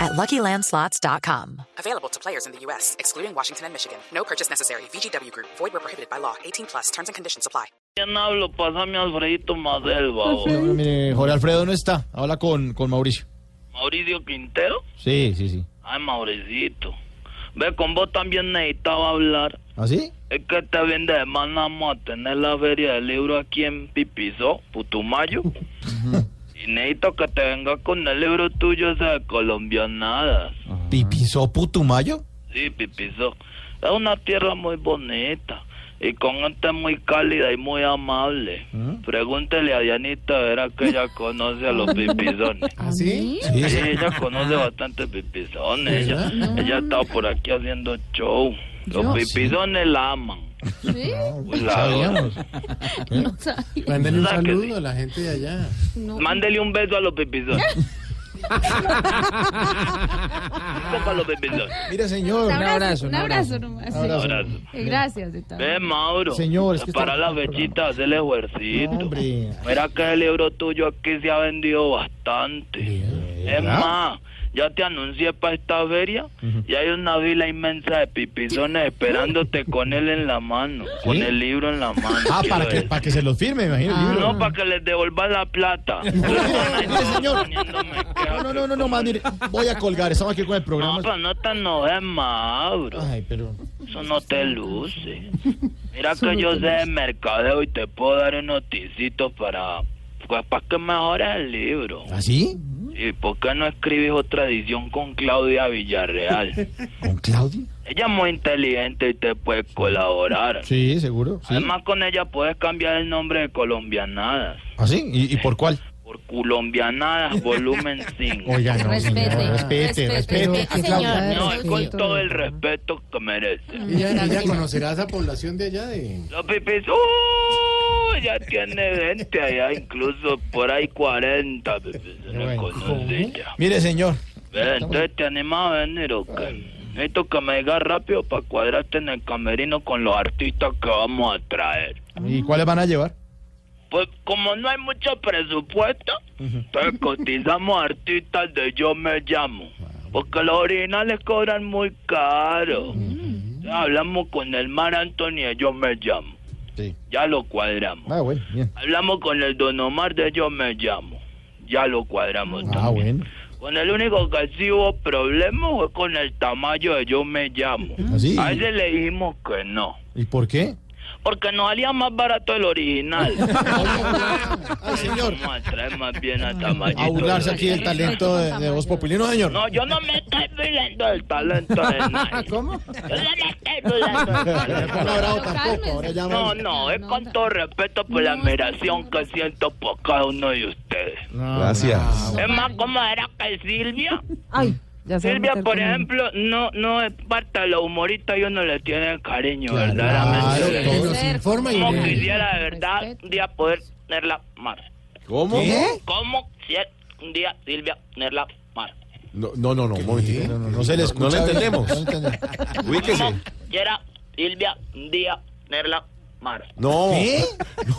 at luckylandslots.com. Available to players in the U.S., excluding Washington and Michigan. No purchase necessary. VGW Group, void were prohibited by law. 18 plus terms and conditions apply. ¿Quién hablo? Pásame a Alfredito Madel, babo. Bueno, mire, Jorge Alfredo no está. Habla con, con Mauricio. Mauricio Quintero. Sí, sí, sí. Ay, Mauricito. Ve, con vos también necesitaba hablar. ¿Ah, sí? Es que este fin de semana vamos a tener la feria del libro aquí en Pipizó, Putumayo. y necesito que te vengas con el libro tuyo ese de colombianadas. ¿Pipizó Putumayo? Sí, Pipizó. Es una tierra muy bonita. Y con gente muy cálida y muy amable. Pregúntele a Dianita, verá que ella conoce a los pipizones. ¿Ah, ¿Sí? Sí, Sí, ella conoce bastante pipizones. Ella, ella ha estado por aquí haciendo show. Los pipizones la aman. Pues la adoran. sabíamos. Mándenle un ¿Verdad que saludo sí? a la gente de allá. Mándele un beso a los pipizones. Para los pipizones. Mire, señor. Un abrazo, un abrazo nomás. Un abrazo. Abrazo. Eh, Gracias, de todo. Ve, Mauro. Señor, es que para la estamos en el fechita, hacer el ejercito. No, hombre. Mira que el libro tuyo aquí se ha vendido bastante. Es más, ya te anuncié para esta feria y hay una vila inmensa de pipizones esperándote con él en la mano, con el libro en la mano. Ah, quiero para que, decir. para que se lo firme, me imagino. el libro. No, para que les devuelvas la plata. Ah. no, señor. No, No, no, no, no, no, más, mire, voy a colgar. Estamos aquí con el No, programa. pero no te enojes, Mauro. Ay, pero... Eso no te luce. Mira que yo sé de mercadeo y te puedo dar unos ticitos para... Pues para que mejores el libro. ¿Ah, sí? ¿Y por qué no escribes otra edición con Claudia Villarreal? ¿Con Claudio? Ella es muy inteligente y te puede colaborar. Sí, seguro. Sí. Además, con ella puedes cambiar el nombre de Colombianadas. ¿Ah, sí? ¿Y, y por cuál? Por Colombianadas Volumen 5. Oiga, no, Respete, señor, respete, respete. respete, a Claudia. señor. No, es con todo el respeto que merece. Ella, ella conocerá a esa población de allá de... Los pipis, ¡uh! Ya tiene gente allá, incluso por ahí 40 pipis. se le Bueno. conoce ya. Mire, señor. Ve, Eh, Entonces, ¿te animas a venir o qué? Necesito que me digas rápido para cuadrarte en el camerino con los artistas que vamos a traer. ¿Y cuáles van a llevar? Pues como no hay mucho presupuesto, entonces cotizamos artistas de Yo Me Llamo. Porque los originales cobran muy caro. Entonces, Hablamos con el Mar Anthony de Yo Me Llamo. Sí. Ya lo cuadramos. Ah, bueno, bien. Hablamos con el Don Omar de Yo Me Llamo. Ya lo cuadramos. Ah, también. bueno. Con el único que sí hubo problemas fue con el tamaño de Yo Me Llamo. ¿Así? A ese le dijimos que no. ¿Y por qué? Porque nos salía más barato el original. Ay, señor. Vamos a traer más bien a Tamayito. a burlarse aquí del talento de, de Voz Populi. No, señor. No, yo no me estoy burlando del talento de nadie. ¿Cómo? Yo no me estoy burlando del talento. No, bravo No, tampoco. Ahora cálmense. ya No, vamos. no, es con todo respeto por la admiración que siento por cada uno de ustedes. Gracias. Es más, ¿cómo era que Silvia? Silvia, por ejemplo, no no es parte de los humoristas, yo no le tiene cariño, Claro, verdaderamente. Que todo. nos informa y... Como Sí. quisiera, de verdad, un día poder tenerla más. ¿Cómo? Como quisiera un día, Silvia, tenerla más. No, no, no, no, un momentito. No, no, no se le No- escucha. no lo bien. entendemos. No lo entendemos. Ubíquese. Quisiera, Silvia, un día tenerla más. No. ¿Qué?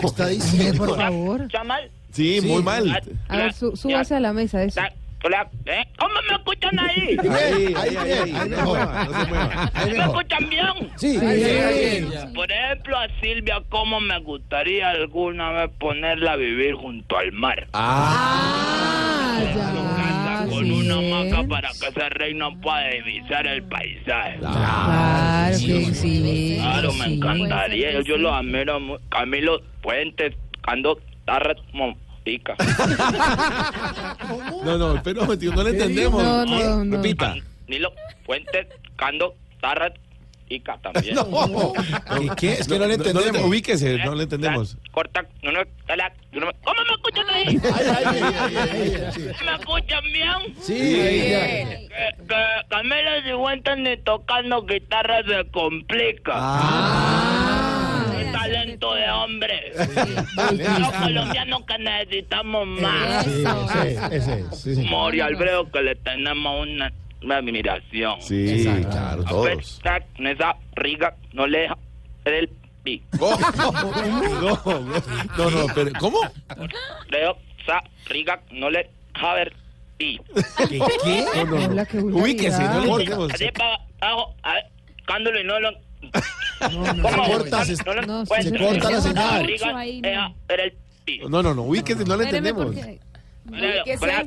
¿Qué está diciendo? Por favor. Chamal. Sí, muy mal. A ver, su- súbase a la mesa. Eso. Clac, clac, ¿eh? ¿Cómo me escuchan ahí? Ahí, ahí, ahí, ahí, ahí, ahí no se mejor. mueva, no se mueva. Ahí ¿Me mejor. escuchan bien? Sí, Por ejemplo, a Silvia, ¿cómo me gustaría alguna vez ponerla a vivir junto al mar? Ah, ya. Casa con bien. una hamaca para que ese reino pueda divisar el paisaje. Claro, que sí. Claro, me sí. encantaría. Yo, yo lo admiro mucho. Camilo Puentes, Cando Tarras Montica. No, no, espera un momentito, no lo entendemos. No, no, no. Repita. Camilo Puentes, Cando Tarras Tica también. ¿Qué, qué? Es que no lo No, entendemos. ubíquese, no lo entendemos. Corta, no, no, dale, no me- ¿Cómo me escuchan ahí? ¿Me escuchan bien? Sí. Que, que Camilo si cuentan ni tocando guitarra se complica. Ah, Está talento de hombre. Los Multi- colombianos que necesitamos Eh. más. Sí, ese es, ese es. Sí, sí. Mori Alfredo, que le tenemos una, una admiración. Sí, claro, A ver, pues. todos. tac, esa riga no le deja el pi. Oh, no, no, no, pero ¿cómo? Creo esa riga no le deja ver pi. ¿Qué? ¿Qué? No, no, no. Hola, qué vulgaridad. Ubíquese, no le cortemos. Así para abajo, a ver, cándolo y no lo. No, no, ¿Cómo? no, corta, No se- lo no, se encuentro. corta la señal. Riga, Ahí, no. deja ver el pi. No, no, no, ubíquese, no le Espéreme, entendemos. porque- Creo, ubíquese. para-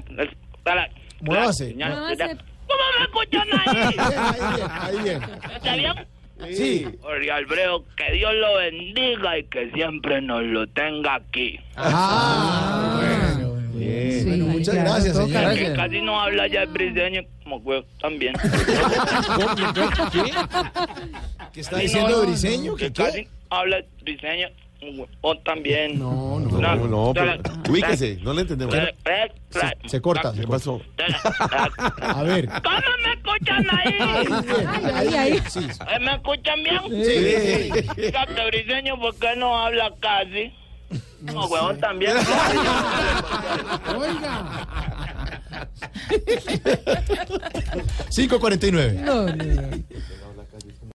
para- Muévase. señal. Muévase. ¿Cómo me escuchan ahí? Ahí bien, ahí ¿Está bien? bien. Sí. Jorge Alfredo, que Dios lo bendiga y que siempre nos lo tenga aquí. Ah, bueno, bueno. Bien. Bueno, muchas claro, gracias, toca. señora. Que casi no habla ya el briseño como huevo también. ¿Qué está diciendo Briseño? ¿Qué Que qué? casi habla el briseño como huevo también. No, no. No, no, pero ubíquese, no le entendemos. Se, se corta. se ¿Qué corta. pasó? A ver. ¿Cómo me escuchan ahí? Ay, ay, ay. Sí, sí. ¿Eh, ¿Me escuchan bien? Sí. Fíjate, briseño, ¿por qué no habla casi? Como huevo también. Oiga. 5.49. No, no, no.